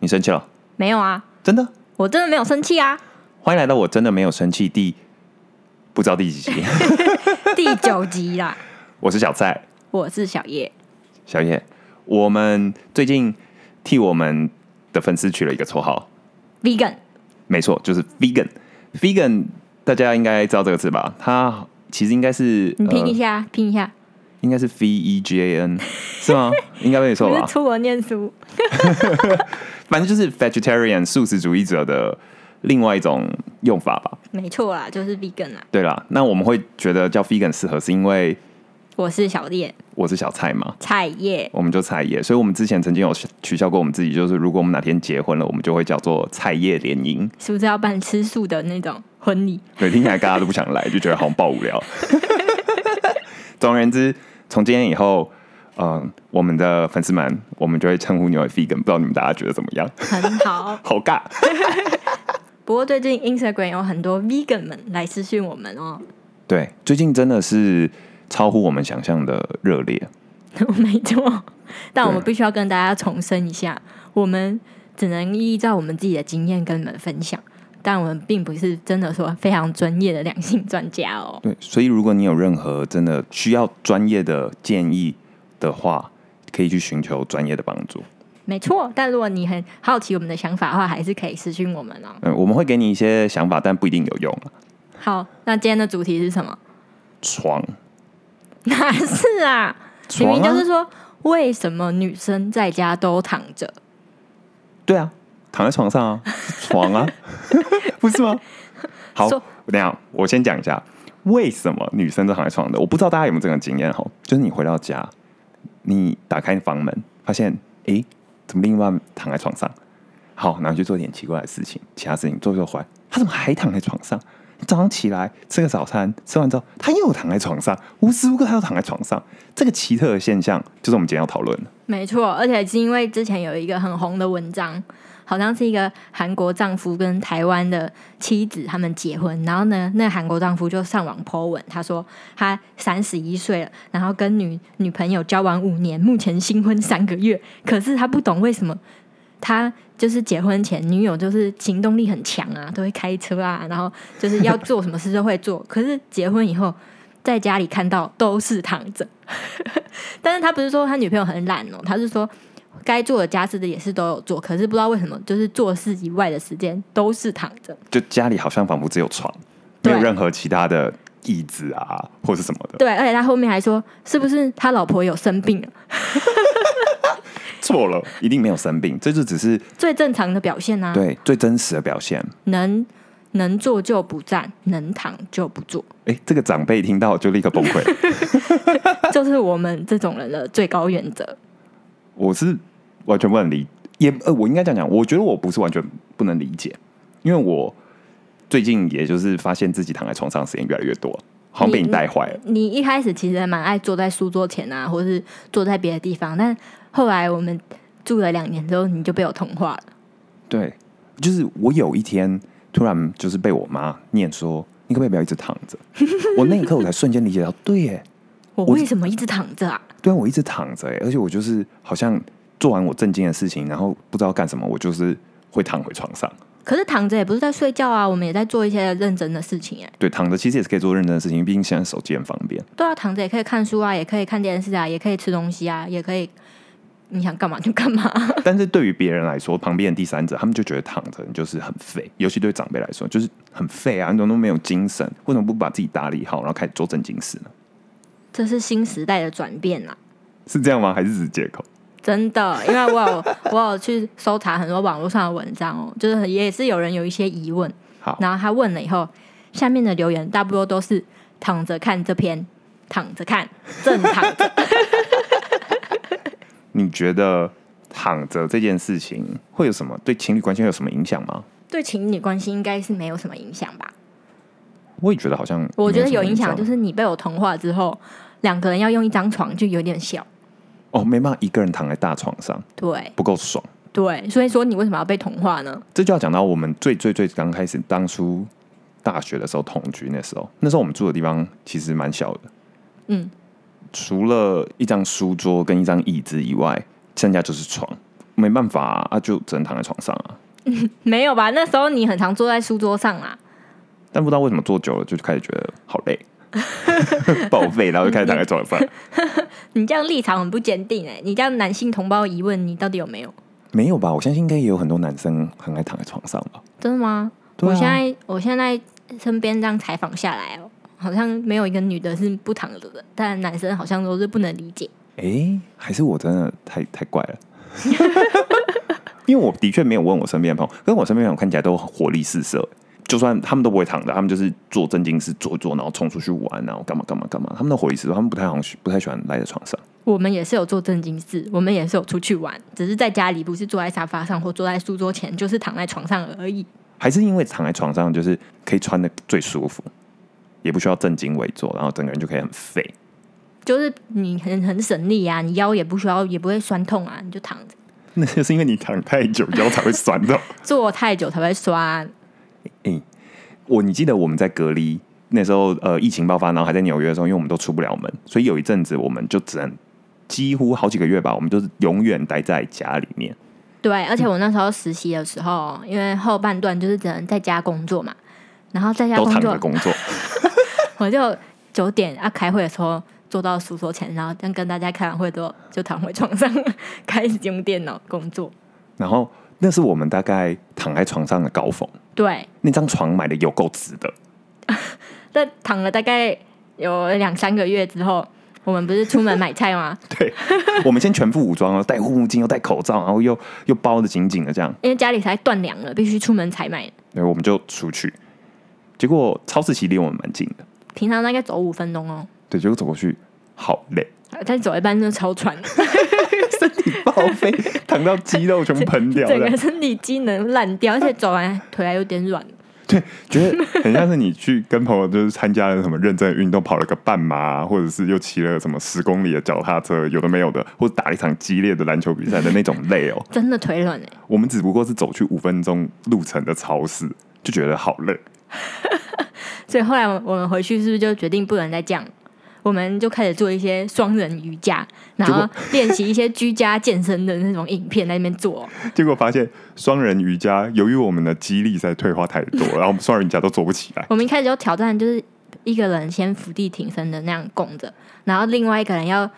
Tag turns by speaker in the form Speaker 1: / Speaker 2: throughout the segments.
Speaker 1: 你生气了？
Speaker 2: 没有啊，
Speaker 1: 真的？
Speaker 2: 我真的没有生气啊。
Speaker 1: 欢迎来到我真的没有生气第不知道第几集，
Speaker 2: 第九集啦，
Speaker 1: 我是小蔡
Speaker 2: 我是小叶，
Speaker 1: 小叶。我们最近替我们的粉丝取了一个绰号，
Speaker 2: vegan
Speaker 1: 没错，就是 vegan。vegan 大家应该知道这个字吧？它其实应该是
Speaker 2: 你拼一
Speaker 1: 呃、
Speaker 2: 下，拼一下，
Speaker 1: 应该是 v e g a n 是 吗？应该没错
Speaker 2: 我
Speaker 1: 吧
Speaker 2: 是？出国念书，
Speaker 1: 反正就是 vegetarian 素食主义者的另外一种用法吧。
Speaker 2: 没错啦，就是 vegan 啦。
Speaker 1: 对啦，那我们会觉得叫 vegan 适合，是因为
Speaker 2: 我是小叶
Speaker 1: 我是小蔡嘛，
Speaker 2: 菜叶，
Speaker 1: 我们就菜叶，所以我们之前曾经有取消过我们自己，就是如果我们哪天结婚了，我们就会叫做菜叶联姻。
Speaker 2: 是不是要办吃素的那种婚礼？
Speaker 1: 对，听起来大家都不想来，就觉得好像爆无 聊。总而言之，从今天以后，嗯、我们的粉丝们，我们就会称呼你为 vegan，不知道你们大家觉得怎么样？
Speaker 2: 很好
Speaker 1: ，好尬。
Speaker 2: 不过最近 Instagram 有很多 vegan 们来私讯我们哦，
Speaker 1: 对，最近真的是超乎我们想象的热烈。
Speaker 2: 没错，但我们
Speaker 1: 对
Speaker 2: 必须要跟大家重申一下，我们只能依照我们自己的经验跟你们分享，但我们并不是真的说非常专业的两性专家哦。
Speaker 1: 对，所以如果你有任何真的需要专业的建议的话，可以去寻求专业的帮助。
Speaker 2: 没错，但如果你很好奇我们的想法的话，还是可以私讯我们哦。
Speaker 1: 嗯，我们会给你一些想法，但不一定有用啊。
Speaker 2: 好，那今天的主题 是什么？
Speaker 1: 床，
Speaker 2: 哪是啊？明
Speaker 1: 床
Speaker 2: 明
Speaker 1: 啊，
Speaker 2: 就是说，为什么女生在家都躺着？
Speaker 1: 对啊，躺在床上啊， 床啊，不是 吗？好，
Speaker 2: 说
Speaker 1: 等一下我先讲一下为什么女生都躺在床上的。我不知道大家有没有这种经验哈，就是你回到家，你打开房门，发现诶，怎么另一半躺在床上？好，然后去做点奇怪的事情，其他事情做做回来，他怎么还躺在床上？早上起来吃个早餐，吃完之后他又躺在床上，无时无刻他都躺在床上。这个奇特的现象就是我们今天要讨论的。
Speaker 2: 没错，而且是因为之前有一个很红的文章，好像是一个韩国丈夫跟台湾的妻子他们结婚，然后呢，那韩国丈夫就上网 po 文，他说他三十一岁了，然后跟女女朋友交往五年，目前新婚三个月，可是他不懂为什么他就是结婚前女友就是行动力很强啊，都会开车啊，然后就是要做什么事都会做，可是结婚以后在家里看到都是躺着。但是他不是说他女朋友很懒哦，他是说该做的家事的也是都有做，可是不知道为什么就是做事以外的时间都是躺着。
Speaker 1: 就家里好像仿佛只有床，没
Speaker 2: 对
Speaker 1: 有任何其他的椅子啊，或是什么的。
Speaker 2: 对，而且他后面还说，是不是他老婆有生病啊了？
Speaker 1: 错了，一定没有生病，这就只是
Speaker 2: 最正常的表现啊，
Speaker 1: 对最真实的表现。
Speaker 2: 能能坐就不站，能躺就不坐，
Speaker 1: 哎，这个长辈听到就立刻崩溃。
Speaker 2: 就是我们这种人的最高原则。
Speaker 1: 我是完全不能理，也呃，我应该这样讲，我觉得我不是完全不能理解，因为我最近也就是发现自己躺在床上的时间越来越多，好像被你带坏了。
Speaker 2: 你一开始其实还蛮爱坐在书桌前啊，或是坐在别的地方，但后来我们住了两年之后，你就被我同化了。
Speaker 1: 对，就是我有一天突然就是被我妈念说，你可不可以不要一直躺着？我那一刻我才瞬间理解到，对耶。
Speaker 2: 我
Speaker 1: 我
Speaker 2: 为什么一直躺着啊？
Speaker 1: 对啊，我一直躺着、欸，而且我就是好像做完我正经的事情，然后不知道干什么，我就是会躺回床上。
Speaker 2: 可是躺着也不是在睡觉啊，我们也在做一些认真的事情哎、
Speaker 1: 对，躺着其实也是可以做认真的事情，毕竟现在手机很方便。
Speaker 2: 对啊，躺着也可以看书啊，也可以看电视啊，也可以吃东西啊，也可以你想干嘛就干嘛。
Speaker 1: 但是对于别人来说，旁边的第三者，他们就觉得躺着你就是很废，尤其对长辈来说，就是很废啊，你怎么都没有精神，为什么不把自己打理好，然后开始做正经事呢？
Speaker 2: 这是新时代的转变啊，
Speaker 1: 是这样吗？还是只是借口？
Speaker 2: 真的，因为我有 我有去搜查很多网络上的文章哦，就是也是有人有一些疑问，
Speaker 1: 好，
Speaker 2: 然后他问了以后，下面的留言大多都是躺着看这篇，躺着看，正躺着。
Speaker 1: 你觉得躺着这件事情会有什么对情侣关系会有什么影响吗？
Speaker 2: 对情侣关系应该是没有什么影响吧？
Speaker 1: 我也觉得好像
Speaker 2: 我觉得
Speaker 1: 没
Speaker 2: 有
Speaker 1: 什么
Speaker 2: 影响，
Speaker 1: 响
Speaker 2: 就是你被我同化之后，两个人要用一张床就有点小。
Speaker 1: 哦，没办法，一个人躺在大床上
Speaker 2: 对
Speaker 1: 不够爽。
Speaker 2: 对，所以说你为什么要被同化呢？
Speaker 1: 这就要讲到我们最最最刚开始当初大学的时候同居那时候，那时候我们住的地方其实蛮小的，
Speaker 2: 嗯，
Speaker 1: 除了一张书桌跟一张椅子以外，剩下就是床。没办法啊，啊就只能躺在床上啊。
Speaker 2: 没有吧？那时候你很常坐在书桌上啊，
Speaker 1: 但不知道为什么坐久了就开始觉得好累， 报废，然后就开始躺在床上。
Speaker 2: 你这样立场很不坚定哎、你这样男性同胞疑问你到底有没有？
Speaker 1: 没有吧？我相信应该也有很多男生很爱躺在床上吧。
Speaker 2: 真的吗？
Speaker 1: 对啊
Speaker 2: 我现在我现在身边这样采访下来哦，好像没有一个女的是不躺着的，但男生好像都是不能理解。
Speaker 1: 哎、还是我真的太太怪了，因为我的确没有问我身边的朋友，跟我身边的朋友看起来都活力四射，就算他们都不会躺着，他们就是做正经事做一做，然后冲出去玩，然后干嘛干嘛干嘛，他们都活力四射，他们不太好不太喜欢赖在床上。
Speaker 2: 我们也是有做正经事，我们也是有出去玩，只是在家里不是坐在沙发上或坐在书桌前，就是躺在床上而已。
Speaker 1: 还是因为躺在床上就是可以穿的最舒服，也不需要正襟危坐，然后整个人就可以很废。
Speaker 2: 就是你很很省力啊，你腰也不需要，也不会酸痛啊，你就躺着，
Speaker 1: 那就是因为你躺太久， 腰才会酸到。
Speaker 2: 坐太久才会酸、
Speaker 1: 我你记得我们在隔离那时候，呃，疫情爆发，然后还在纽约的时候，因为我们都出不了门，所以有一阵子我们就只能几乎好几个月吧，我们就是永远待在家里面。
Speaker 2: 对，而且我那时候实习的时候，因为后半段就是只能在家工作嘛，然后在家
Speaker 1: 都
Speaker 2: 工
Speaker 1: 躺
Speaker 2: 作
Speaker 1: 着，工作，
Speaker 2: 我就九点啊开会的时候坐到书桌前，然后跟跟大家开完会之后就躺回床上，开始用电脑工作。
Speaker 1: 然后那是我们大概躺在床上的高峰。
Speaker 2: 对，
Speaker 1: 那张床买的有够值的，
Speaker 2: 但躺了大概有两三个月之后，我们不是出门买菜吗？
Speaker 1: 对我们先全副武装哦，戴护目镜，又戴口罩，然后又又包的紧紧的，这样，
Speaker 2: 因为家里才断粮了，必须出门采买。
Speaker 1: 然后我们就出去。结果超市其实离我们蛮近的，
Speaker 2: 平常大概走五分钟哦，
Speaker 1: 对，结果走过去好累，
Speaker 2: 呃但走一半就超喘，
Speaker 1: 报废，躺到肌肉全部喷掉
Speaker 2: 整
Speaker 1: 了
Speaker 2: 个。身体机能烂掉，而且走完腿还有点软。
Speaker 1: 对，觉得很像是你去跟朋友就是参加了什么认真的运动，跑了个半马、或者是又骑了什么十公里的脚踏车，有的没有的，或者打了一场激烈的篮球比赛的那种累哦。
Speaker 2: 真的腿软哎、
Speaker 1: 我们只不过是走去五分钟路程的超市，就觉得好累。哦
Speaker 2: 所以后来我们回去是不是就决定不能再这样？我们就开始做一些双人瑜伽，然
Speaker 1: 结
Speaker 2: 后
Speaker 1: 果
Speaker 2: 练习一些居家健身的那种影片在那边做。
Speaker 1: 结果发现双人瑜伽，由于我们的肌力实在退化太多，然后我们双人瑜伽都做不起来。
Speaker 2: 我们一开始就挑战，就是一个人先伏地挺身的那样拱着，然后另外一个人要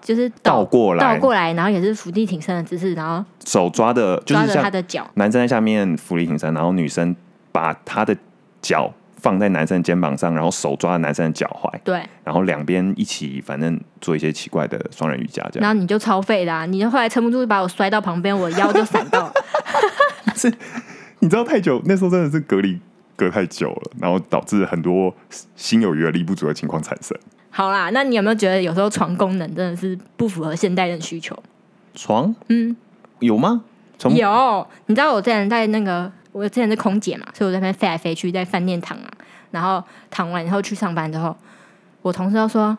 Speaker 2: 就是
Speaker 1: 倒过来
Speaker 2: 倒过来，然后也是伏地挺身的姿势，然后
Speaker 1: 手抓的，就
Speaker 2: 抓
Speaker 1: 是
Speaker 2: 着他
Speaker 1: 像
Speaker 2: 的脚，
Speaker 1: 男生在下面俯卧撑，然后女生把她的脚放在男生的肩膀上，然后手抓男生的脚踝，
Speaker 2: 对，
Speaker 1: 然后两边一起，反正做一些奇怪的双人瑜伽，这
Speaker 2: 然
Speaker 1: 样
Speaker 2: 后你就超废啦、你就后来撑不住，就把我摔到旁边，我腰就闪到了。
Speaker 1: 是你知道太久，那时候真的是隔离隔太久了，然后导致很多心有余而力不足的情况产生。
Speaker 2: 好啦，那你有没有觉得有时候床功能真的是不符合现代人需求？
Speaker 1: 床
Speaker 2: 嗯，
Speaker 1: 有吗？从
Speaker 2: 有，你知道我之前在那个，我之前是空姐嘛，所以我在那边飞来飞去，在饭店躺啊，然后躺完以后去上班之后，我同事都说：“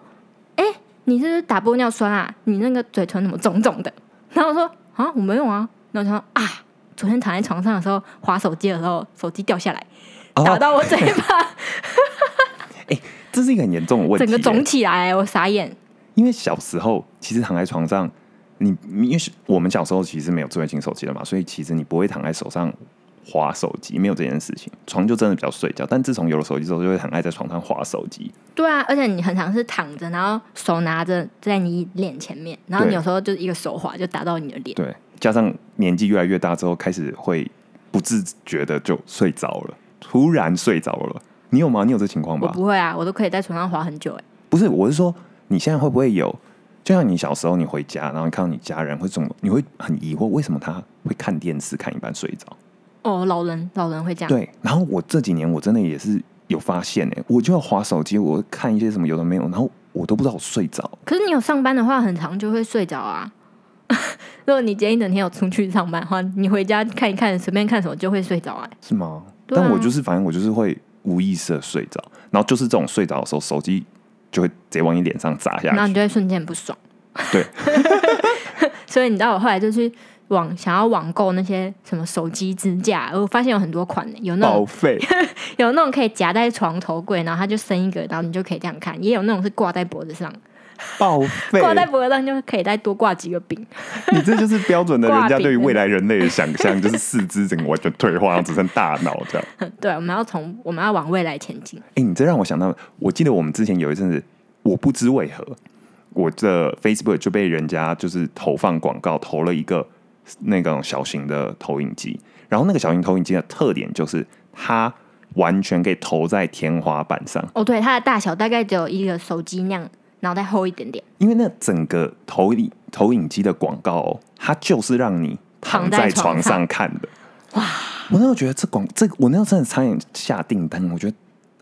Speaker 2: 哎、你是不是打玻尿酸啊？你那个嘴唇怎么肿肿的？”然后我说：“啊，我没有啊。”然后我就说：“啊，昨天躺在床上的时候，划手机的时候，手机掉下来，打
Speaker 1: 哦，
Speaker 2: 到我嘴巴，
Speaker 1: 这是一个很严重的问题
Speaker 2: 整
Speaker 1: 耶，
Speaker 2: 个肿起来，我傻眼。
Speaker 1: 因为小时候其实躺在床上，你你因为是我们小时候其实没有智慧型手机的嘛，所以其实你不会躺在手上划手机，没有这件事情。床就真的比较睡觉，但自从有了手机之后，就会很爱在床上划手机。”
Speaker 2: 对啊，而且你很常是躺着，然后手拿着在你脸前面，然后你
Speaker 1: 对
Speaker 2: 有时候就是一个手滑就打到你的脸。
Speaker 1: 对，加上年纪越来越大之后，开始会不自觉的就睡着了，突然睡着了。你有吗？你有这情况
Speaker 2: 我
Speaker 1: 吧？
Speaker 2: 不会啊，我都可以在床上滑很久、欸。
Speaker 1: 不是，我是说你现在会不会有？就像你小时候，你回家，然后你看到你家人会怎么，你会很疑惑，为什么他会看电视看一半睡着？
Speaker 2: 哦，老人老人会这样。，
Speaker 1: 对，然后我这几年我真的也是有发现哎、我就要划手机，我看一些什么有的没有，然后我都不知道我睡着。
Speaker 2: 可是你有上班的话，很长就会睡着啊。 如果你今天一整天有出去上班的话，你回家看一看，随便看什么就会睡着啊。
Speaker 1: 是吗？
Speaker 2: 对啊
Speaker 1: 但我就是反正我就是会无意识的睡着，然后就是这种睡着的时候，手机就会直接往你脸上砸
Speaker 2: 然后
Speaker 1: 下
Speaker 2: 你
Speaker 1: 去。
Speaker 2: 就会瞬间不爽。
Speaker 1: 啊对，
Speaker 2: 所以你知道我后来就去网想要网购那些什么手机支架，我发现有很多款、欸，有 那
Speaker 1: 报
Speaker 2: 种
Speaker 1: 废。
Speaker 2: 有那种可以夹在床头柜，然后它就伸一个，然后你就可以这样看，也有那种是挂在脖子上。
Speaker 1: 报废，
Speaker 2: 挂在脖子上就可以再多挂几个饼。
Speaker 1: 你这就是标准的人家
Speaker 2: 挂饼
Speaker 1: 对于未来人类的想象， 就是四肢整个完全退化，然后只剩大脑这样。
Speaker 2: 对，我们要从我们要往未来前进。
Speaker 1: 哎、你这让我想到，我记得我们之前有一阵子，我不知为何，我的 Facebook 就被人家就是投放广告，投了一个那种小型的投影机。然后那个小型投影机的特点就是，它完全可以投在天花板上，
Speaker 2: 哦，对，它的大小大概只有一个手机那样，然后再厚一点点，
Speaker 1: 因为那整个投影投影机的广告、哦，它就是让你躺在床上看的。哇！我那时候觉得这广这我那时候真的差点下订单，我觉得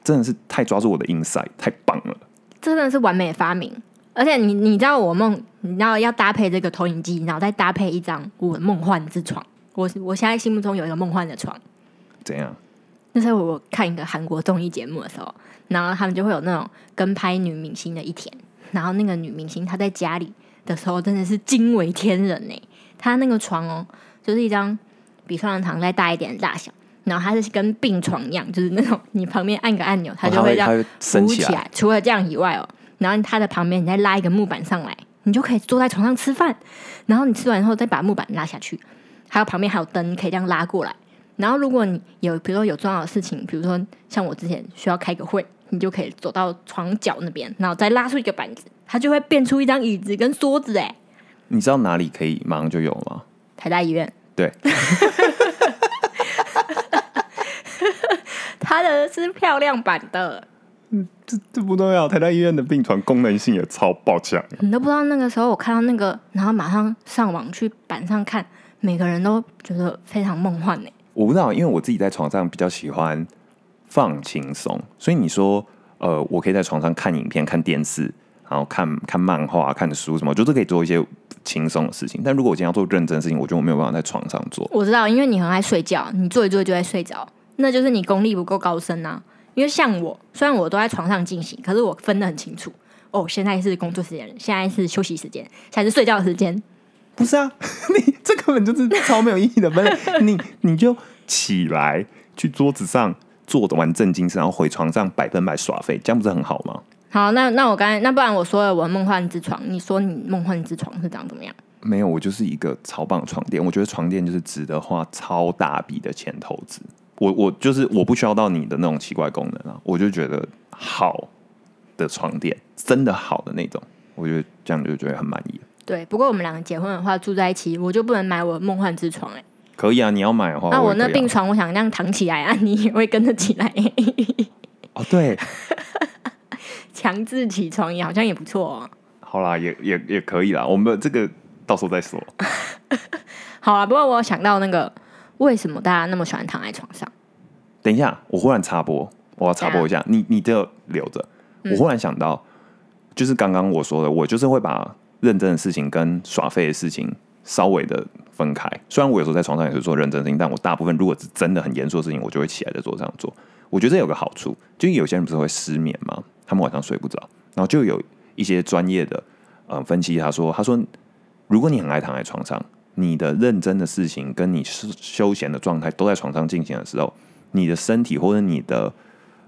Speaker 1: 真的是太抓住我的 insight，太棒了。
Speaker 2: 这真的是完美的发明。而且你你知道我梦，你知道要搭配这个投影机，然后再搭配一张我的梦幻之床。我我现在心目中有一个梦幻的床。
Speaker 1: 怎样？
Speaker 2: 那时候我看一个韩国综艺节目的时候，然后他们就会有那种跟拍女明星的一天，然后那个女明星她在家里的时候真的是惊为天人呢、她那个床哦，就是一张比双人床再大一点的大小，然后它是跟病床一样，就是那种你旁边按个按钮，它
Speaker 1: 哦
Speaker 2: 就会这
Speaker 1: 它
Speaker 2: 样
Speaker 1: 会
Speaker 2: 浮
Speaker 1: 升
Speaker 2: 起
Speaker 1: 起来
Speaker 2: 来。除了这样以外哦，然后它的旁边你再拉一个木板上来，你就可以坐在床上吃饭，然后你吃完以后再把木板拉下去，还有旁边还有灯，你可以这样拉过来。然后如果你有比如说有重要的事情，比如说像我之前需要开个会，你就可以走到床角那边，然后再拉出一个板子，它就会变出一张椅子跟桌子。哎，
Speaker 1: 你知道哪里可以马上就有 吗？
Speaker 2: 台大医院
Speaker 1: 对，
Speaker 2: 它的是漂亮版的，
Speaker 1: 这这不重要。台大医院的病床功能性也超爆强，
Speaker 2: 你都不知道那个时候我看到那个，然后马上上网去板上看，每个人都觉得非常梦幻呢。
Speaker 1: 我不知道，因为我自己在床上比较喜欢放轻松，所以你说，呃，我可以在床上看影片、看电视，然后看看漫画、看书什么，就是可以做一些轻松的事情。但如果我今天要做认真的事情，我觉得我没有办法在床上做。
Speaker 2: 我知道，因为你很爱睡觉，你坐一坐就会睡着，那就是你功力不够高深啊。因为像我，虽然我都在床上进行，可是我分得很清楚。哦，现在是工作时间，现在是休息时间，现在是睡觉时间。
Speaker 1: 不是啊， 你这根本就是超没有意义的。不 是你，你就起来去桌子上做完正经事，然后回床上百分百耍废，这样不是很好吗？
Speaker 2: 好，那那我刚才那不然我说了我的梦幻之床，你说你梦幻之床是长怎么样？
Speaker 1: 没有，我就是一个超棒的床垫。我觉得床垫就是值得花超大笔的钱投资。我我就是我不需要到你的那种奇怪功能啊，我就觉得好的床垫，真的好的那种，我觉得这样就觉得很满意。
Speaker 2: 对，不过我们两个结婚的话住在一起，我就不能买我的梦幻之床哎、
Speaker 1: 可以啊，你要买的话，
Speaker 2: 那我那
Speaker 1: 也可以
Speaker 2: 病
Speaker 1: 啊
Speaker 2: 床，我想那样躺起来啊， 你也会跟着起来、欸
Speaker 1: 哦，对，
Speaker 2: 强制起床也好像也不错哦。
Speaker 1: 好啦，也也也可以啦，我们这个到时候再说。
Speaker 2: 好啊，不过我有想到那个为什么大家那么喜欢躺在床上？
Speaker 1: 等一下，我忽然插播，我要插播一下，你你这留着。我忽然想到，就是刚刚我说的，我就是会把认真的事情跟耍废的事情稍微的分开。虽然我有时候在床上也是做认真的事情，但我大部分如果是真的很严肃的事情，我就会起来在桌子上做。我觉得这有个好处，就是有些人不是会失眠吗？他们晚上睡不着，然后就有一些专业的呃分析，他说，他说，如果你很爱躺在床上，你的认真的事情跟你休休闲的状态都在床上进行的时候，你的身体或者你的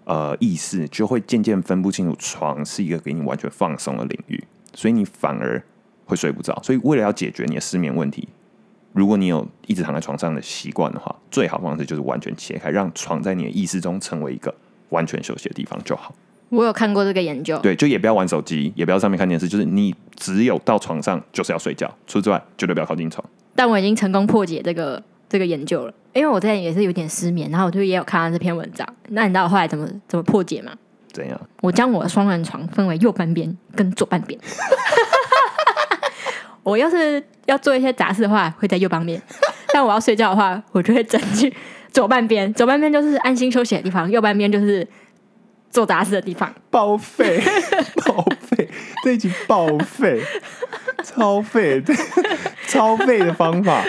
Speaker 1: 呃意识就会渐渐分不清楚，床是一个给你完全放松的领域，所以你反而会睡不着。所以为了要解决你的失眠问题，如果你有一直躺在床上的习惯的话，最好方式就是完全切开，让床在你的意识中成为一个完全休息的地方就好。
Speaker 2: 我有看过这个研究，
Speaker 1: 对，就也不要玩手机，也不要上面看电视，就是你只有到床上就是要睡觉，除此之外绝对不要靠近床。
Speaker 2: 但我已经成功破解这个这个研究了，因为我之前也是有点失眠，然后我就也有看到这篇文章。那你知道我后来怎么怎么破解吗？
Speaker 1: 怎样？
Speaker 2: 我将我的双人床分为右半边跟左 半边。我要是要做一些杂事的话，会在右半边；但我要睡觉的话，我就会整去左半边。左半边就是安心休息的地方，右半边就是做杂事的地方。
Speaker 1: 报废，报废，这一集报废，超废，这超废的方法。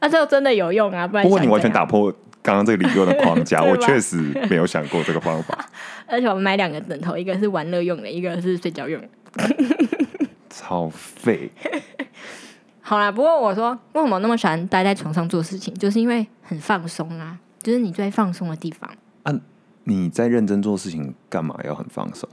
Speaker 2: 那这个真的有用啊，不然
Speaker 1: 不过你
Speaker 2: 想
Speaker 1: 完全
Speaker 2: 怎样，
Speaker 1: 打破刚刚这个理论的框架，
Speaker 2: 对吧
Speaker 1: 我确实没有想过这个方法，
Speaker 2: 而且我们买两个枕头，一个是玩乐用的，一个是睡觉用的。
Speaker 1: 超废。
Speaker 2: 好啦，不过我说为什么那么喜欢待在床上做事情，就是因为很放松啊，就是你最放松的地方。
Speaker 1: 啊，你在认真做事情，干嘛要很放松？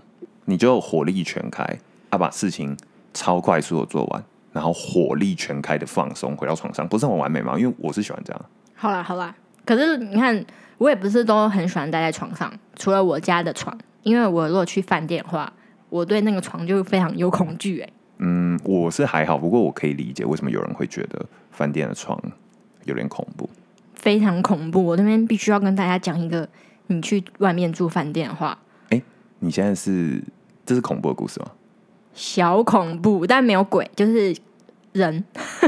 Speaker 1: 你就火力全开他把事情超快速的做完，然后火力全开的放松，回到床上，不是很完美吗？因为我是喜欢这样，
Speaker 2: 好啦好啦，可是你看，我也不是都很喜欢待在床上，除了我家的床，因为我如果去饭店的话，我对那个床就非常有恐惧哎、
Speaker 1: 嗯，我是还好，不过我可以理解为什么有人会觉得饭店的床有点恐怖。
Speaker 2: 非常恐怖。我那边必须要跟大家讲一个，你去外面住饭店的话，
Speaker 1: 你现在是这是恐怖的故事吗？
Speaker 2: 小恐怖，但没有鬼，就是人，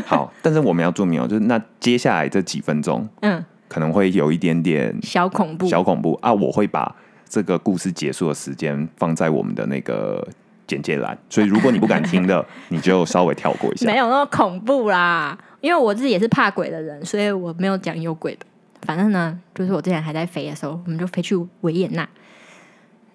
Speaker 1: 好，但是我们要注明哦，就是那接下来这几分钟
Speaker 2: 嗯，
Speaker 1: 可能会有一点点
Speaker 2: 小恐怖，
Speaker 1: 小恐怖啊，我会把这个故事结束的时间放在我们的那个简介栏，所以如果你不敢听 的，你就稍微跳过一下
Speaker 2: 没。有那么恐怖啦。因为我自己也是怕鬼的人，所以我没有讲有鬼的。反正呢，就是我之前还在飞的时候，我们就飞去维也纳。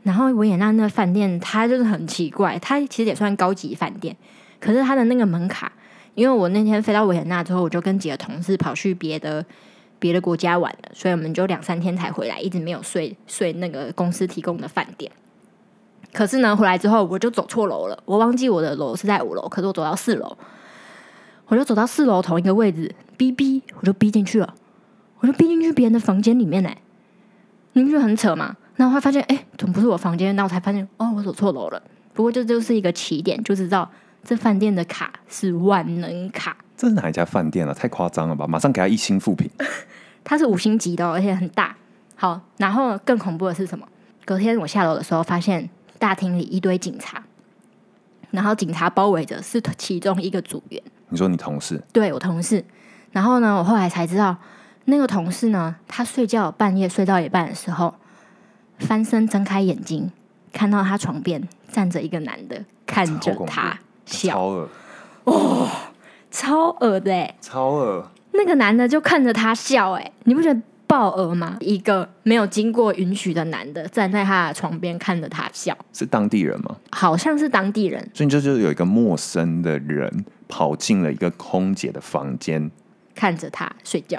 Speaker 2: 然后维也纳那个饭店，它就是很奇怪，它其实也算高级饭店，可是它的那个门卡，因为我那天飞到维也纳之后，我就跟几个同事跑去别的别的国家玩了，所以我们就两三天才回来，一直没有睡睡那个公司提供的饭店。可是呢，回来之后我就走错楼了，我忘记我的楼是在五楼，可是我走到四楼，我就走到四楼同一个位置，逼逼，我就逼进去了，我就逼进去别人的房间里面呢、你不觉得很扯吗？然后我发现，哎、怎么不是我房间？那我才发现，哦，我走错楼了。不过这就是一个起点，就知道这饭店的卡是万能卡，
Speaker 1: 这是哪一家饭店啊？太夸张了吧！马上给他一星复评。
Speaker 2: 它是五星级的哦、而且很大。好，然后更恐怖的是什么？隔天我下楼的时候，发现大厅里一堆警察，然后警察包围着是其中一个组员。
Speaker 1: 你说你同事
Speaker 2: 对我同事。然后呢，我后来才知道，那个同事呢，他睡觉半夜睡到一半的时候，翻身睁开眼睛，看到他床边站着一个男的，看着
Speaker 1: 超恐怖
Speaker 2: 他笑，
Speaker 1: 超恶，
Speaker 2: 超恶的、欸。
Speaker 1: 超恶，
Speaker 2: 那个男的就看着他笑、欸，哎，你不觉得爆恶吗？一个没有经过允许的男的站在他的床边看着他笑，
Speaker 1: 是当地人吗？
Speaker 2: 好像是当地人，
Speaker 1: 所以这就是有一个陌生的人跑进了一个空姐的房间，
Speaker 2: 看着他睡觉。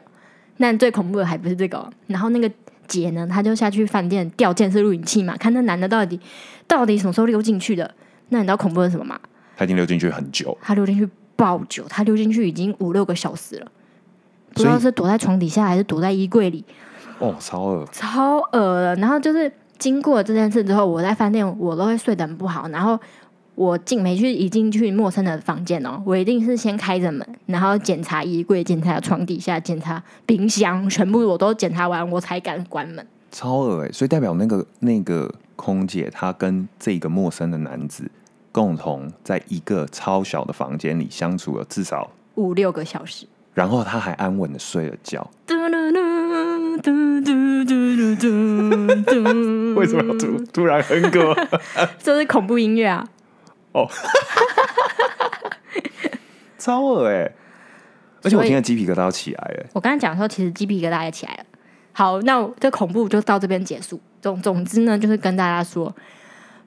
Speaker 2: 但最恐怖的还不是这个哦、然后那个姐呢，她就下去饭店调监视录影器嘛，看那男的到底到底什么时候溜进去的。那你知道恐怖的是什么吗？
Speaker 1: 他已经溜进去很久，
Speaker 2: 他溜进去爆久，他溜进去已经五六个小时了，不知
Speaker 1: 所
Speaker 2: 道
Speaker 1: 以
Speaker 2: 是躲在床底下还是躲在衣柜里，
Speaker 1: 哦，超恶，
Speaker 2: 超恶的。然后就是经过这件事之后，我在饭店我都会睡得很不好，然后。我进没去，一进去陌生的房间哦，我一定是先开着门，然后检查衣柜、检查床底下、检查冰箱，全部我都检查完，我才敢关 门。
Speaker 1: 超恶哎、所以代表那个那个空姐她跟这个陌生的男子共同在一个超小的房间里相处了至少，
Speaker 2: 五六个小时，
Speaker 1: 然后他还安稳的睡了觉，，
Speaker 2: 嘟噜噜嘟嘟嘟嘟嘟嘟
Speaker 1: 为什么要突突然哼歌？
Speaker 2: 这是恐怖音乐啊！
Speaker 1: 超恶哎、而且我
Speaker 2: 所以
Speaker 1: 听了鸡皮疙瘩都起来欸了、
Speaker 2: 我刚才讲说，其实鸡皮疙瘩也起来了。好，那我这恐怖就到这边结束。总总之呢，就是跟大家说，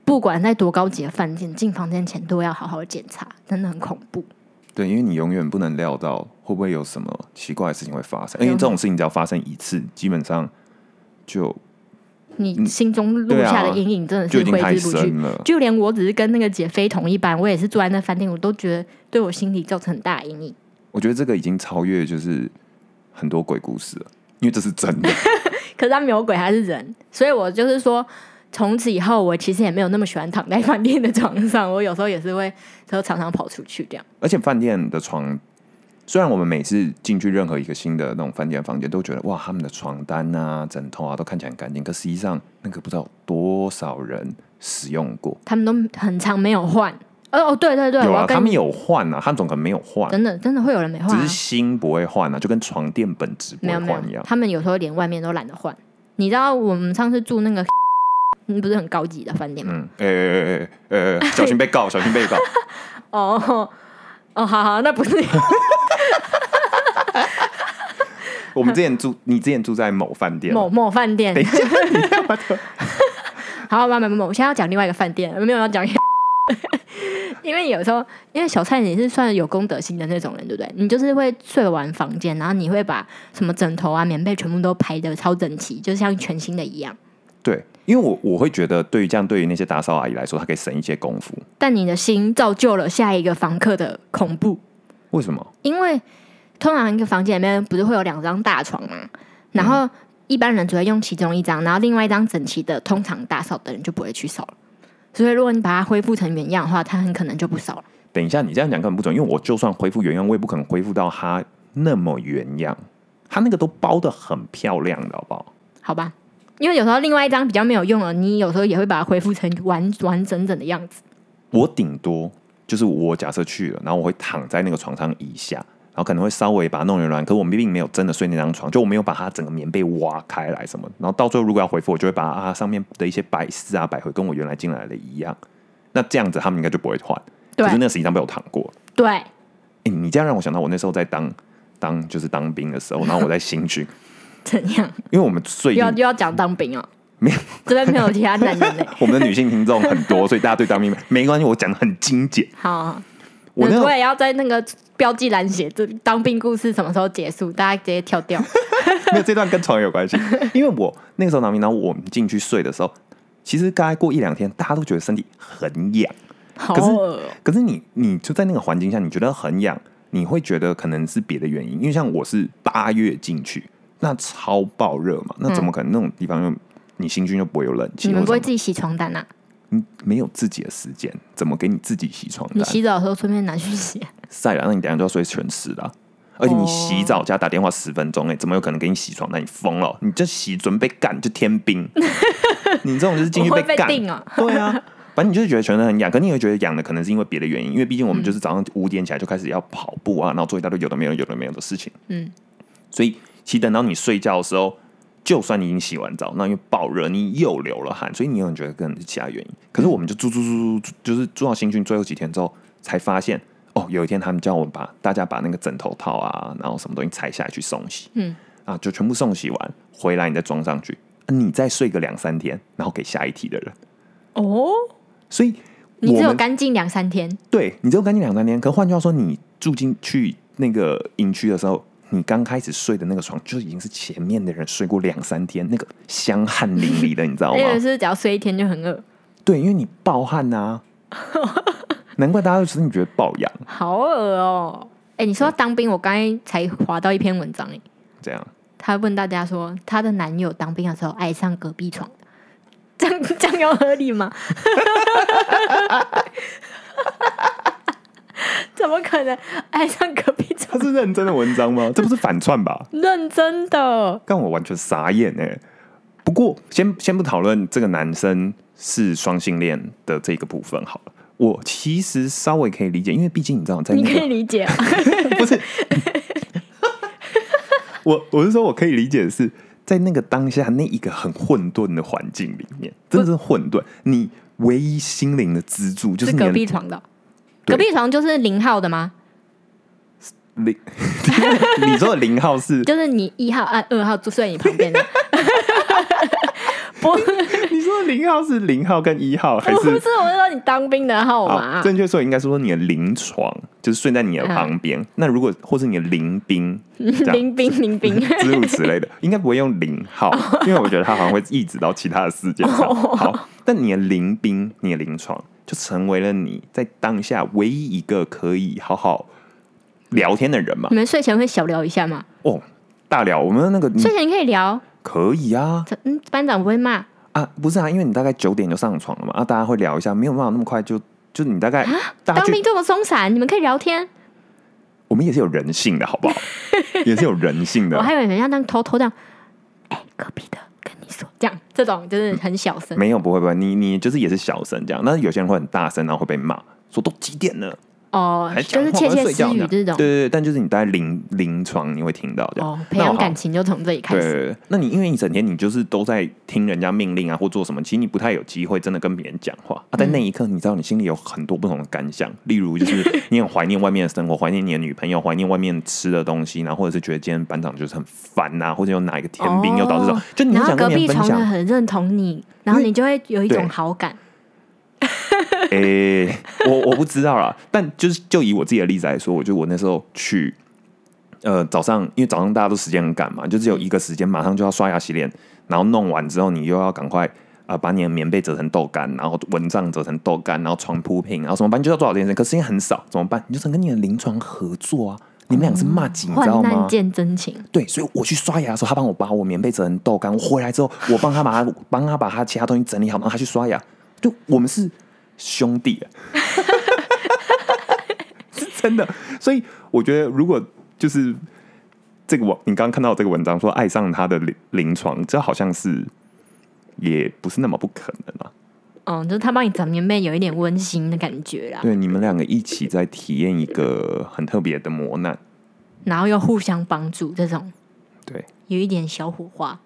Speaker 2: 不管在多高级的饭店，进房间前都要好好检查，真的很恐怖。
Speaker 1: 对，因为你永远不能料到会不会有什么奇怪的事情会发生，因为
Speaker 2: 有
Speaker 1: 这种事情只要发生一次，基本上就
Speaker 2: 你心中落下的阴影真
Speaker 1: 嗯
Speaker 2: 的
Speaker 1: 啊就已
Speaker 2: 是
Speaker 1: 经
Speaker 2: 挥
Speaker 1: 太
Speaker 2: 之不去。
Speaker 1: 深了。
Speaker 2: 就连我只是跟那个姐非同一班，我也是住在那饭店，我都觉得对我心里造成很大的阴影。
Speaker 1: 我觉得这个已经超越就是很多鬼故事了，因为这是真的。
Speaker 2: 可是他没有鬼，他是人，所以我就是说，从此以后我其实也没有那么喜欢躺在饭店的床上，我有时候也是会，就常常跑出去这样。
Speaker 1: 而且饭店的床，虽然我们每次进去任何一个新的那种饭店房间，都觉得哇，他们的床单啊、枕头啊都看起来很干净，可实际上那个不知道有多少人使用过。
Speaker 2: 他们都很长没有换。哦哦，对对对，
Speaker 1: 有
Speaker 2: 我要
Speaker 1: 啊，
Speaker 2: 跟
Speaker 1: 他们
Speaker 2: 你
Speaker 1: 有换啊，他们总可能没有换，
Speaker 2: 真的真的会有人没
Speaker 1: 只
Speaker 2: 换、啊
Speaker 1: 是，心不会换啊，就跟床垫本质不
Speaker 2: 没
Speaker 1: 会
Speaker 2: 有没
Speaker 1: 换一
Speaker 2: 有，
Speaker 1: 样。
Speaker 2: 他们有时候连外面都懒得换。你知道我们上次住那个， 嗯，不是很高级的饭店吗？
Speaker 1: 嗯，哎哎哎哎哎，小心被 告，小心被告。
Speaker 2: 哦哦，好好，那不是
Speaker 1: 我们之前住，你之前住在某饭店，哎
Speaker 2: 某某饭店
Speaker 1: 等一。下，你干嘛的？
Speaker 2: 好，没有没有没有，我现在要讲另外一个饭店，没有要讲。 因为有时候，因为小蔡你是算有公德心的那种人，对不对？你就是会睡完房间，然后你会把什么枕头啊、棉被全部都排的超整齐，就像全新的一样。
Speaker 1: 对，因为我我会觉得，对于这样，对于那些打扫阿姨来说，她可以省一些功夫。
Speaker 2: 但你的心造就了下一个房客的恐怖，
Speaker 1: 为什么？
Speaker 2: 因为通常一个房间里面不是会有两张大床吗？然后一般人只会用其中一张，然后另外一张整齐的，通常打扫的人就不会去扫了。所以如果你把它恢复成原样的话，它很可能就不扫了。
Speaker 1: 等一下，你这样讲根本不准，因为我就算恢复原样，我也不可能恢复到它那么原样。它那个都包的很漂亮的，好不好？
Speaker 2: 好吧，因为有时候另外一张比较没有用了，你有时候也会把它恢复成完完整整的样子。
Speaker 1: 我顶多就是我假设去了，然后我会躺在那个床上一下，然后可能会稍微把它弄圆软，可是我并没有真的睡那张床，就我没有把它整个棉被挖开来什么的。然后到最后如果要回复，我就会把它上面的一些摆饰啊摆回跟我原来进来的一样。那这样子他们应该就不会换。
Speaker 2: 对
Speaker 1: 可是那实际上被我躺过。
Speaker 2: 对，
Speaker 1: 哎、你这样让我想到我那时候在当当就是当兵的时候，然后我在新训，
Speaker 2: 怎样？
Speaker 1: 因为我们最近
Speaker 2: 又要又要讲当兵哦？
Speaker 1: 没有，
Speaker 2: 这边没有其他男人嘞。
Speaker 1: 我们的女性听众很多，所以大家对当兵没关系，我讲的很精简。
Speaker 2: 好好，
Speaker 1: 我那时
Speaker 2: 那
Speaker 1: 候
Speaker 2: 我也要在那个标记栏写这当兵故事什么时候结束，大家直接跳掉。
Speaker 1: 没有这段跟床有 关系，因为我那个时候拿兵，然后我们进去睡的时候，其实大概过一两天，大家都觉得身体很痒，
Speaker 2: 好
Speaker 1: 可是
Speaker 2: 恶哦，
Speaker 1: 可是你你就在那个环境下，你觉得很痒，你会觉得可能是别的原因，因为像我是八月进去，那超爆热嘛，那怎么可能那种地方又你新军又不会有冷气？
Speaker 2: 你嗯们不会
Speaker 1: 或者
Speaker 2: 自己洗床单啊？
Speaker 1: 什么你没有自己的时间，怎么给你自己洗床
Speaker 2: 你
Speaker 1: 单？
Speaker 2: 洗澡的时候顺便拿去洗。啊
Speaker 1: 晒了，那你等一下就要睡全湿了。而且你洗澡加打电话十分钟，哎，怎么有可能给你洗床单？你疯了！你就洗准备干就天 兵，你这种就是进去
Speaker 2: 我会被
Speaker 1: 干。
Speaker 2: 定哦
Speaker 1: 对啊，反正你就是觉得全身很痒，可你会觉得痒的可能是因为别的原因，因为毕竟我们
Speaker 2: 嗯
Speaker 1: 就是早上五点起来就开始要跑步啊，然后做一大堆有的没有有的没有的事情。
Speaker 2: 嗯，
Speaker 1: 所以其实等到你睡觉的时候，就算你已经洗完澡，那因为爆热，你又流了汗，所以你有觉得可能是其他原因。可
Speaker 2: 嗯
Speaker 1: 是我们就住住住住，就是住到新训最后几天之后，才发现哦，有一天他们叫我们把大家把那个枕头套啊，然后什么东西拆下来去送洗，
Speaker 2: 嗯，
Speaker 1: 啊，就全部送洗完回来，你再装上去，啊你再睡个两三天，然后给下一梯的人。
Speaker 2: 哦，
Speaker 1: 所以
Speaker 2: 你
Speaker 1: 我
Speaker 2: 只有
Speaker 1: 们
Speaker 2: 干净两三天，
Speaker 1: 对你只有干净两三天，可换句话说，你住进去那个营区的时候，你刚开始睡的那个床就已经是前面的人睡过两三天，那个香汗淋漓的，你知道
Speaker 2: 而且
Speaker 1: 吗？
Speaker 2: 哎是只要睡一天就很恶。
Speaker 1: 对，因为你暴汗 呐、难怪大家都说你觉得暴痒
Speaker 2: 好恶哦！哎、你说到当兵，我刚才才划到一篇文章、哎，
Speaker 1: 这样。
Speaker 2: 她问大家说，她的男友当兵的时候爱上隔壁床 的，这样这样有合理吗？ 怎么可能爱上隔壁
Speaker 1: 它
Speaker 2: 床？
Speaker 1: 是认真的文章吗？这不是反串吧？
Speaker 2: 认真的，
Speaker 1: 让我完全傻眼哎、不过，先先不讨论这个男生是双性恋的这个部分好了，我其实稍微可以理解，因为毕竟你知道，在那
Speaker 2: 你
Speaker 1: 个
Speaker 2: 可以理解、啊。
Speaker 1: 不是，我我是说，我可以理解的是在那个当下那一个很混沌的环境里面，真的是混沌。你唯一心灵的支柱 就是是你
Speaker 2: 隔
Speaker 1: 的
Speaker 2: 壁床的哦，
Speaker 1: 对
Speaker 2: 隔壁床就是零号的吗？
Speaker 1: 零，你说的零号是？
Speaker 2: 就是你一号按二号就睡你旁边的， 不
Speaker 1: 你说的零号是零号跟一号还
Speaker 2: 不是，我
Speaker 1: 是啊
Speaker 2: 是？说你当兵的号
Speaker 1: 好，
Speaker 2: 码。
Speaker 1: 正确说应该是说你的临床，就是睡在你的
Speaker 2: 嗯
Speaker 1: 旁边。那如果或是你的临兵，这样
Speaker 2: 林冰，林冰，
Speaker 1: 诸如此类的，应该不会用零号，
Speaker 2: 哦
Speaker 1: 因为我觉得他好像会一直到其他的事件 上。好，但你的临兵，你的临床，就成为了你在当下唯一一个可以好好聊天的人嘛
Speaker 2: 你。们睡前会小聊一下吗？
Speaker 1: 哦，大聊，我们那个你
Speaker 2: 睡前可以聊，
Speaker 1: 可以啊
Speaker 2: 这嗯，班长不会骂，
Speaker 1: 啊，不是啊，因为你大概九点就上床了嘛，啊，大家会聊一下，没有办法那么快就就你大概大家
Speaker 2: 啊当
Speaker 1: 去
Speaker 2: 兵这么松散，你们可以聊天。
Speaker 1: 我们也是有人性的好 不好？也是有人性的
Speaker 2: 我，还以为人家那样偷偷这样，哎、隔壁的跟你说，这样这种就是很小声。
Speaker 1: 没有不会不会，你你就是也是小声这样，但是有些人会很大声，然后会被骂，说都几点了。
Speaker 2: 哦
Speaker 1: 还，
Speaker 2: 就
Speaker 1: 讲
Speaker 2: 是
Speaker 1: 话
Speaker 2: 窃
Speaker 1: 还
Speaker 2: 窃
Speaker 1: 睡
Speaker 2: 私
Speaker 1: 觉
Speaker 2: 语
Speaker 1: 呢
Speaker 2: 这种
Speaker 1: 对。对对，但就是你待临临床，你会听到这样。
Speaker 2: 哦，培养感
Speaker 1: 情。
Speaker 2: 情就从这里开
Speaker 1: 对对
Speaker 2: 始。
Speaker 1: 对，那你因为你整天你就是都在听人家命令啊，或做什么，其实你不太有机会真的跟别人讲话
Speaker 2: 嗯
Speaker 1: 啊。在那一刻，你知道你心里有很多不同的感想，例如就是你很怀念外面的生活，怀念你的女朋友，怀念外面吃的东西，然后或者是觉得今天班长就是很烦呐、或者有哪一个甜饼又导致什么，就你
Speaker 2: 哦然
Speaker 1: 会想
Speaker 2: 后隔
Speaker 1: 跟别
Speaker 2: 壁
Speaker 1: 人分
Speaker 2: 床的
Speaker 1: 享。
Speaker 2: 很认同你，然后你就会有一种
Speaker 1: 对
Speaker 2: 好感。
Speaker 1: 诶、我我不知道啦，但就是就以我自己的例子来说，我觉得我那时候去呃早上，因为早上大家都时间很赶嘛，就只有一个时间，马上就要刷牙洗脸，然后弄完之后，你又要赶快啊、把你的棉被折成豆干，然后蚊帐折成豆干，然后床铺平，然后什么办？你就要做好这件事，可时间很少，怎么办？你就想跟你的临床合作啊，你们俩是骂几，你知
Speaker 2: 哦患
Speaker 1: 道吗
Speaker 2: 难？见真情，
Speaker 1: 对，所以我去刷牙的时候，他帮我把我棉被折成豆干。我回来之后，我帮他把他帮他把他其他东西整理好，然后他去刷牙。就我们是兄弟、啊， 是真的。所以我觉得，如果就是这个我你刚刚看到这个文章说爱上他的临临床，这好像是也不是那么不可能啊。
Speaker 2: 哦，就是他帮你整棉被，有一点温馨的感觉啦，
Speaker 1: 对，你们两个一起在体验一个很特别的磨难。
Speaker 2: 然后又互相帮助，这种
Speaker 1: 对，
Speaker 2: 有一点小火花。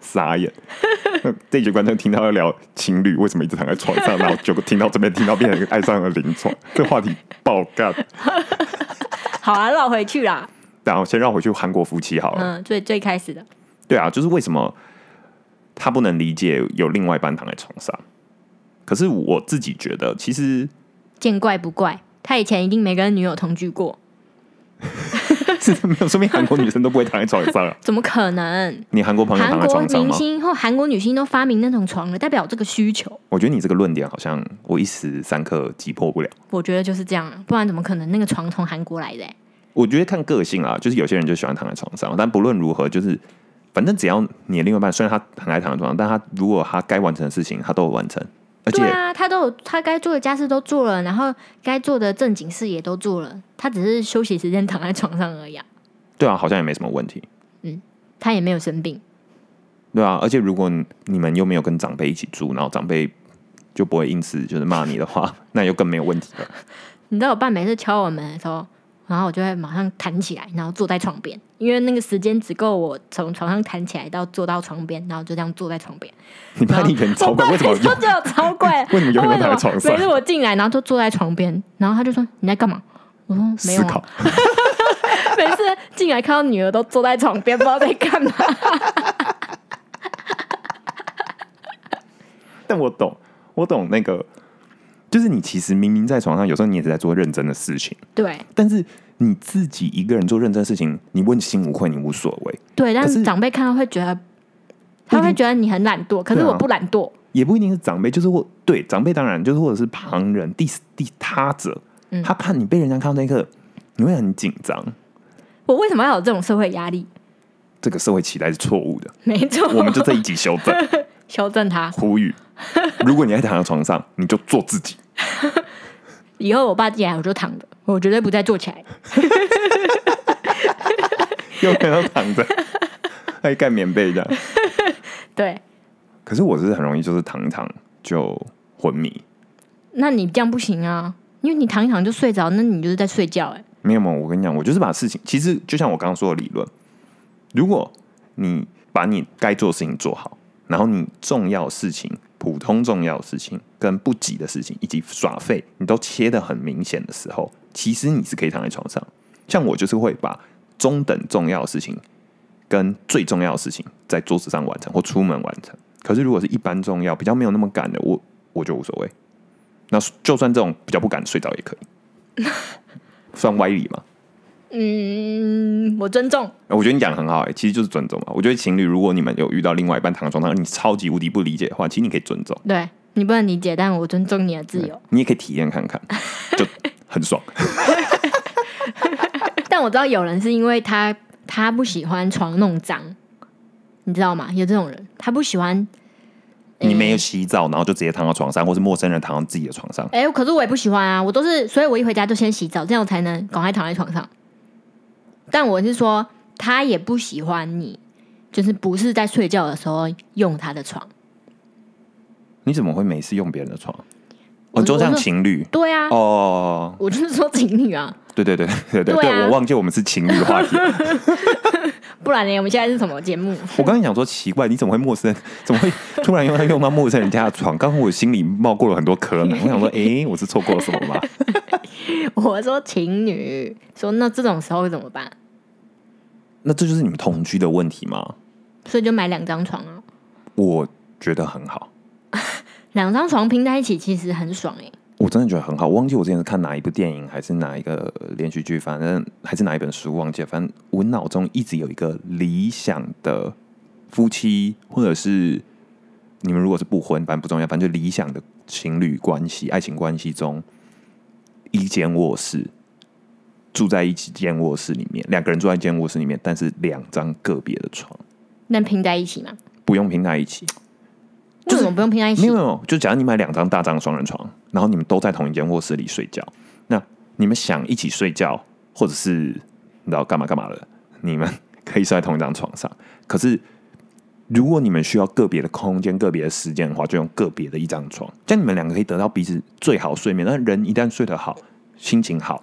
Speaker 1: 傻眼。 这一集观众听到要聊情侣为什么一直躺在床上，然后就听到这边听到变成爱上了临床， 这话题爆干。
Speaker 2: 好啊，绕回去啦。
Speaker 1: 然后先让我去韩国夫妻好了。
Speaker 2: 嗯，最最开始的，
Speaker 1: 对啊，就是为什么他不能理解有另外一半躺在床上？可是我自己觉得，其实
Speaker 2: 见怪不怪。他以前一定没跟女友同居过，
Speaker 1: 是没有说明韩国女生都不会躺在床上啊。
Speaker 2: 怎么可能？
Speaker 1: 你韩国朋友
Speaker 2: 韩
Speaker 1: 躺在
Speaker 2: 国
Speaker 1: 床上
Speaker 2: 明
Speaker 1: 吗？
Speaker 2: 星或韩国女星都发明那种床了，代表这个需求。
Speaker 1: 我觉得你这个论点好像我一时三刻击破不了。
Speaker 2: 我觉得就是这样，不然怎么可能那个床从韩国来的、欸？
Speaker 1: 我觉得看个性啊，就是有些人就喜欢躺在床上，但不论如何，就是反正只要你的另外一半，虽然他很爱躺在床上，但他如果他该完成的事情，他都有完成，而且
Speaker 2: 对啊，他都有他该做的家事都做了，然后该做的正经事也都做了，他只是休息时间躺在床上而已、啊，
Speaker 1: 对啊，好像也没什么问题，
Speaker 2: 他也没有生病。
Speaker 1: 对啊，而且如果你们又没有跟长辈一起住，然后长辈就不会因此就是骂你的话， 那又更没有问题 了。
Speaker 2: 你知道我爸每次敲我门的时候，然后我就会马上弹起来，然后坐在床边，因为那个时间只够我从床上弹起来到坐到床边，然后就这样坐在床边。
Speaker 1: 你怕你人 超 怪，为什么
Speaker 2: 就叫超怪？
Speaker 1: 为什么永远都躺在
Speaker 2: 为
Speaker 1: 床
Speaker 2: 什
Speaker 1: 上
Speaker 2: 么每次我进来，然后就坐在床边，然后他就说你在干嘛？我说没有、
Speaker 1: 思
Speaker 2: 啊
Speaker 1: 考。？
Speaker 2: 每次进来看到女儿都坐在床边，不知道在干 嘛。
Speaker 1: 但我懂，我懂那个，就是你其实明明在床上，有时候你也是在做认真的事情，
Speaker 2: 对
Speaker 1: 但是你自己一个人做认真的事情，你问心无愧，你无所谓，
Speaker 2: 对，但
Speaker 1: 可
Speaker 2: 是
Speaker 1: 是
Speaker 2: 长辈看到会觉得，他会觉得你很懒惰，可是
Speaker 1: 对啊
Speaker 2: 我不懒惰。
Speaker 1: 也不一定是长辈，就是或对长辈当然就是或者是旁人第第他者，
Speaker 2: 嗯
Speaker 1: 他看你被人家看到那一刻，你会很紧张。
Speaker 2: 我为什么要有这种社会压力？
Speaker 1: 这个社会期待是错误的，
Speaker 2: 没错，
Speaker 1: 我们就这一集修正
Speaker 2: 修正他。
Speaker 1: 呼吁：如果你还躺在床上，你就做自己。
Speaker 2: 以后我爸进来我就躺着，我绝对不再坐起来。
Speaker 1: 有可能躺着，还盖棉被这样。
Speaker 2: 对，
Speaker 1: 可是我是很容易就是躺一躺就昏迷，
Speaker 2: 那你这样不行啊，因为你躺一躺就睡着，那你就是在睡觉、欸。哎，
Speaker 1: 没有嘛？我跟你讲，我就是把事情，其实就像我刚刚说的理论，如果你把你该做的事情做好，然后你重要的事情、普通重要的事情跟不急的事情以及耍废，你都切得很明显的时候，其实你是可以躺在床上。像我就是会把中等重要的事情跟最重要的事情在桌子上完成或出门完成。可是如果是一般重要、比较没有那么赶的，我我就无所谓。那就算这种比较不赶睡着也可以，算歪理嘛。
Speaker 2: 嗯，我尊重。
Speaker 1: 我觉得你讲得很好、欸，其实就是尊重嘛。我觉得情侣，如果你们有遇到另外一半躺在床上，你超级无敌不理解的话，其实你可以尊重，
Speaker 2: 对你不能理解，但我尊重你的自由。
Speaker 1: 你也可以体验看看，就很 爽。
Speaker 2: 但我知道有人是因为他他不喜欢床弄脏，你知道吗？有这种人，他不喜欢。
Speaker 1: 你
Speaker 2: 嗯
Speaker 1: 没有洗澡，然后就直接躺到床上，或是陌生人躺到自己的床上，
Speaker 2: 哎、可是我也不喜欢啊，我都是，所以我一回家就先洗澡，这样我才能赶快躺在床上。但我是说，他也不喜欢你，就是不是在睡觉的时候用他的床。
Speaker 1: 你怎么会没事用别人的床？
Speaker 2: 我
Speaker 1: 哦，就像
Speaker 2: 我是
Speaker 1: 情侣
Speaker 2: 对啊，
Speaker 1: 哦，
Speaker 2: 我就是说情侣啊，
Speaker 1: 对对对对对
Speaker 2: 对啊
Speaker 1: 对，我忘记我们是情侣的话题了。
Speaker 2: 不然呢？我们现在是什么节目？
Speaker 1: 我刚才想说奇怪，你怎么会陌生？怎么会突然用用到陌生人家的床？刚刚我心里冒过了很多可能，我想说，诶，我是错过了什么吗？
Speaker 2: 我说情侣，说那这种时候怎么办？
Speaker 1: 那这就是你们同居的问题吗？
Speaker 2: 所以就买两张床啊，
Speaker 1: 我觉得很好。
Speaker 2: 两张床拼在一起其实很爽哎、
Speaker 1: 我真的觉得很好。忘记我之前是看哪一部电影，还是哪一个呃连续剧，反正还是哪一本书，忘记了。反正我脑中一直有一个理想的夫妻，或者是你们如果是不婚，反正不重要，反正就理想的情侣关系、爱情关系中，一间卧室住在一起间卧室里面，两个人住在一间卧室里面，但是两张个别的床，
Speaker 2: 能拼在一起吗？
Speaker 1: 不用拼在一起。
Speaker 2: 为什么不用拼在一
Speaker 1: 没
Speaker 2: 起
Speaker 1: 有没？有，就假如你买两张大张双人床，然后你们都在同一间卧室里睡觉，那你们想一起睡觉，或者是你知道干嘛干嘛的，你们可以睡在同一张床上。可是如果你们需要个别的空间、个别的时间的话，就用个别的一张床，这样你们两个可以得到彼此最好睡眠。那人一旦睡得好，心情好，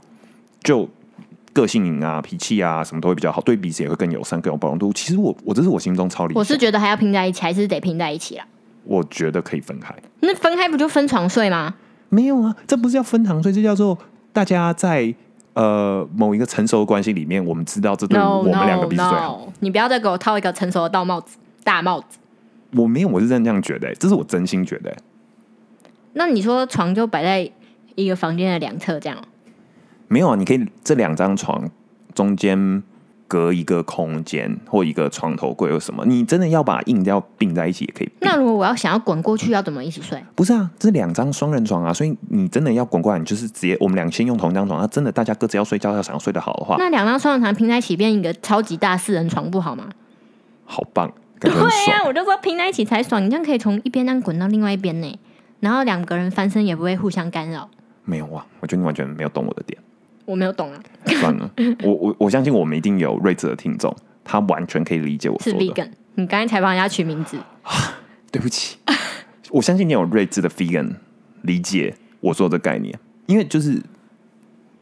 Speaker 1: 就个性啊、脾气啊什么都会比较好，对彼此也会更友善、更有包容度。其实我我这是我心中超理想，
Speaker 2: 我是觉得还要拼在一起，还是得拼在一起啦。
Speaker 1: 我觉得可以分开。
Speaker 2: 那分开不就分床睡吗？
Speaker 1: 没有啊，这不是叫分堂睡，这叫做大家在呃某一个成熟的关系里面，我们知道这对嗯我
Speaker 2: No
Speaker 1: 们两个
Speaker 2: No
Speaker 1: 彼此最好。
Speaker 2: No！你不要再给我套一个成熟的大帽子，大帽子。
Speaker 1: 我没有，我是真的这样觉得、这是我真心觉得、
Speaker 2: 那你说床就摆在一个房间的两侧这样哦？
Speaker 1: 嗯没有啊，你可以这两张床中间隔一个空间或一个床头柜或什么，你真的要把硬要并在一起也可以并。
Speaker 2: 那如果我要想要滚过去，要怎么一起睡？
Speaker 1: 不是啊，这两张双人床啊，所以你真的要滚过来，你就是直接我们俩先用同一张床，那真的大家各自要睡觉，要想要睡得好的话，
Speaker 2: 那两张双人床拼在一起变一个超级大四人床不好吗？
Speaker 1: 好棒，感 觉很
Speaker 2: 对啊
Speaker 1: 爽
Speaker 2: 呀、。我就说拼在一起才爽，你这样可以从一边这样滚到另外一边呢，然后两个人翻身也不会互相干扰。
Speaker 1: 没有啊，我觉得你完全没有懂我的点。
Speaker 2: 我没有懂啊，
Speaker 1: 算了，我我我相信我们一定有睿智的听众，他完全可以理解我
Speaker 2: 是
Speaker 1: 说的。
Speaker 2: vegan。你刚才才帮人家取名字，
Speaker 1: 对不起，我相信你有睿智的 vegan 理解我说的概念，因为就是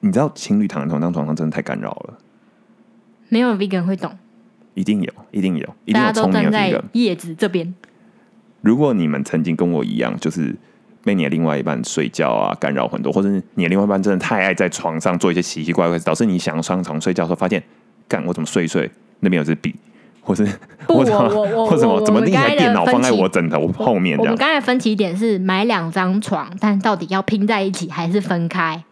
Speaker 1: 你知道，情侣躺在同一张床上真的太干扰了，
Speaker 2: 没有 vegan 会懂，
Speaker 1: 一定有，一定有，一定
Speaker 2: 大
Speaker 1: 有
Speaker 2: 家
Speaker 1: 聪
Speaker 2: 都
Speaker 1: 明
Speaker 2: 站
Speaker 1: 的 vegan
Speaker 2: 在。叶子这边。
Speaker 1: 如果你们曾经跟我一样，就是被你的另外一半睡觉啊干扰很多，或者是你的另外一半真的太爱在床上做一些奇奇怪怪的事，导致你想要上床睡觉的时候发现，干我怎么睡一睡那边有支笔，或是
Speaker 2: 不
Speaker 1: 怎么
Speaker 2: 我我我
Speaker 1: 或怎么
Speaker 2: 我
Speaker 1: 怎么
Speaker 2: 我们
Speaker 1: 另一
Speaker 2: 刚才
Speaker 1: 台
Speaker 2: 的
Speaker 1: 电脑放在
Speaker 2: 分歧
Speaker 1: 我枕头后面
Speaker 2: 我
Speaker 1: 这
Speaker 2: 们
Speaker 1: 样，
Speaker 2: 刚才分歧点是买两张床，但到底要拼在一起还是分开？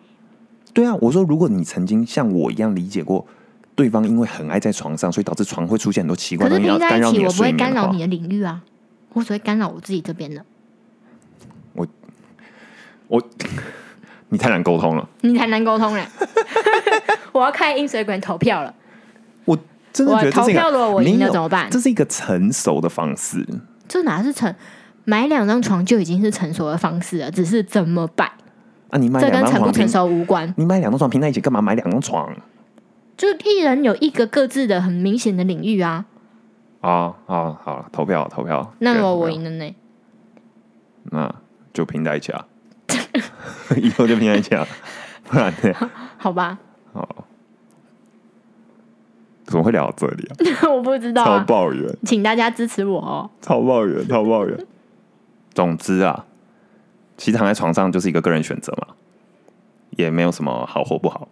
Speaker 1: 对啊，我说如果你曾经像我一样理解过。对方因为很爱在床上，所以导致床会出现很多奇怪
Speaker 2: 可
Speaker 1: 的
Speaker 2: 是
Speaker 1: 东西，
Speaker 2: 拼
Speaker 1: 要干
Speaker 2: 在一
Speaker 1: 扰
Speaker 2: 起，
Speaker 1: 你的
Speaker 2: 我不
Speaker 1: 睡
Speaker 2: 会
Speaker 1: 眠
Speaker 2: 干
Speaker 1: 的
Speaker 2: 扰
Speaker 1: 话
Speaker 2: 你。的领域啊，我只会干扰我自己这边的。
Speaker 1: 你太难沟通了，
Speaker 2: 你才难沟 通嘞！我要看 Instagram 投票了，
Speaker 1: 我真的
Speaker 2: 我
Speaker 1: 觉得这是一个
Speaker 2: 投票如果我赢了
Speaker 1: 没有
Speaker 2: 怎么办
Speaker 1: 这是一个成熟的方式。
Speaker 2: 这哪是成买两张床就已经是成熟的方式了，只是怎么摆，
Speaker 1: 啊，你买
Speaker 2: 这
Speaker 1: 两张
Speaker 2: 跟成不
Speaker 1: 床
Speaker 2: 成
Speaker 1: 拼，
Speaker 2: 熟无关。
Speaker 1: 你买两张床拼在一起干嘛？买两张床
Speaker 2: 就一人有一个各自的很明显的领域啊，
Speaker 1: 啊啊，好了，投票投票。
Speaker 2: 那
Speaker 1: 对啊
Speaker 2: 如果
Speaker 1: 投
Speaker 2: 我
Speaker 1: 票
Speaker 2: 赢了呢？
Speaker 1: 那就拼在一起啊， 以后就拼在一起啊， 不然呢？
Speaker 2: 好吧，
Speaker 1: 怎么会聊到这里啊？
Speaker 2: 我不知道、
Speaker 1: 超
Speaker 2: 啊，
Speaker 1: 抱怨，
Speaker 2: 请大家支持我哦。
Speaker 1: 超抱怨，超抱怨。总之啊，其实躺在床上就是一个个人选择嘛，也没有什么好或不好。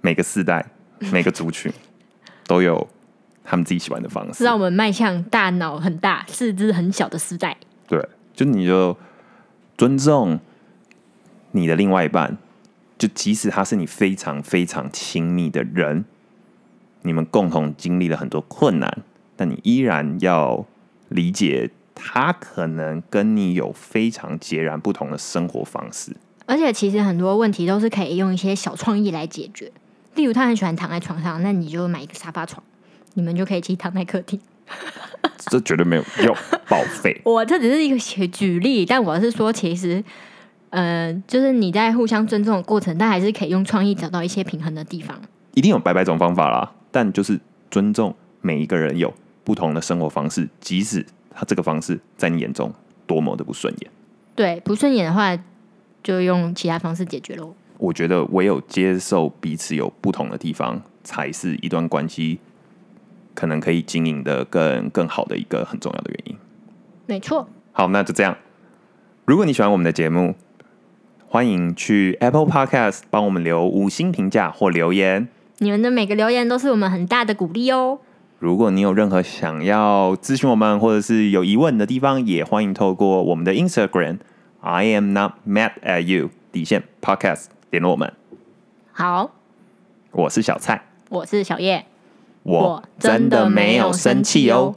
Speaker 1: 每个世代、每个族 群都有他们自己喜欢的方式
Speaker 2: 是。让我们迈向大脑很大、四肢很小的时代。
Speaker 1: 对，就你就尊重你的另外一半，就即使他是你非常非常亲密的人，你们共同经历了很多困难，但你依然要理解他可能跟你有非常截然不同的生活方式。
Speaker 2: 而且其实很多问题都是可以用一些小创意来解决。例如他很喜欢躺在床上，那你就买一个沙发床，你们就可以一起躺在客厅。。
Speaker 1: 这绝对没有要报废
Speaker 2: 我这只是一个举举例，但我是说，其实，呃，就是你在互相尊重的过程，但还是可以用创意找到一些平衡的地方。
Speaker 1: 一定有百百种方法啦，但就是尊重每一个人有不同的生活方式，即使他这个方式在你眼中多么的不顺眼。
Speaker 2: 对，不顺眼的话，就用其他方式解决喽。
Speaker 1: 我觉得唯有接受彼此有不同的地方，才是一段关系可能可以经营的更更好的一个很重要的原因。
Speaker 2: 没错，
Speaker 1: 好，那就这样。如果你喜欢我们的节目，欢迎去 Apple Podcast 帮我们留五星评价或留言。
Speaker 2: 你们的每个留言都是我们很大的鼓励哦。
Speaker 1: 如果你有任何想要咨询我们或者是有疑问的地方，也欢迎透过我们的 Instagram I am not mad at you 底线 Podcast 联络我们。
Speaker 2: 好，
Speaker 1: 我是小蔡，
Speaker 2: 我是小叶，
Speaker 1: 我真的没有生气哦。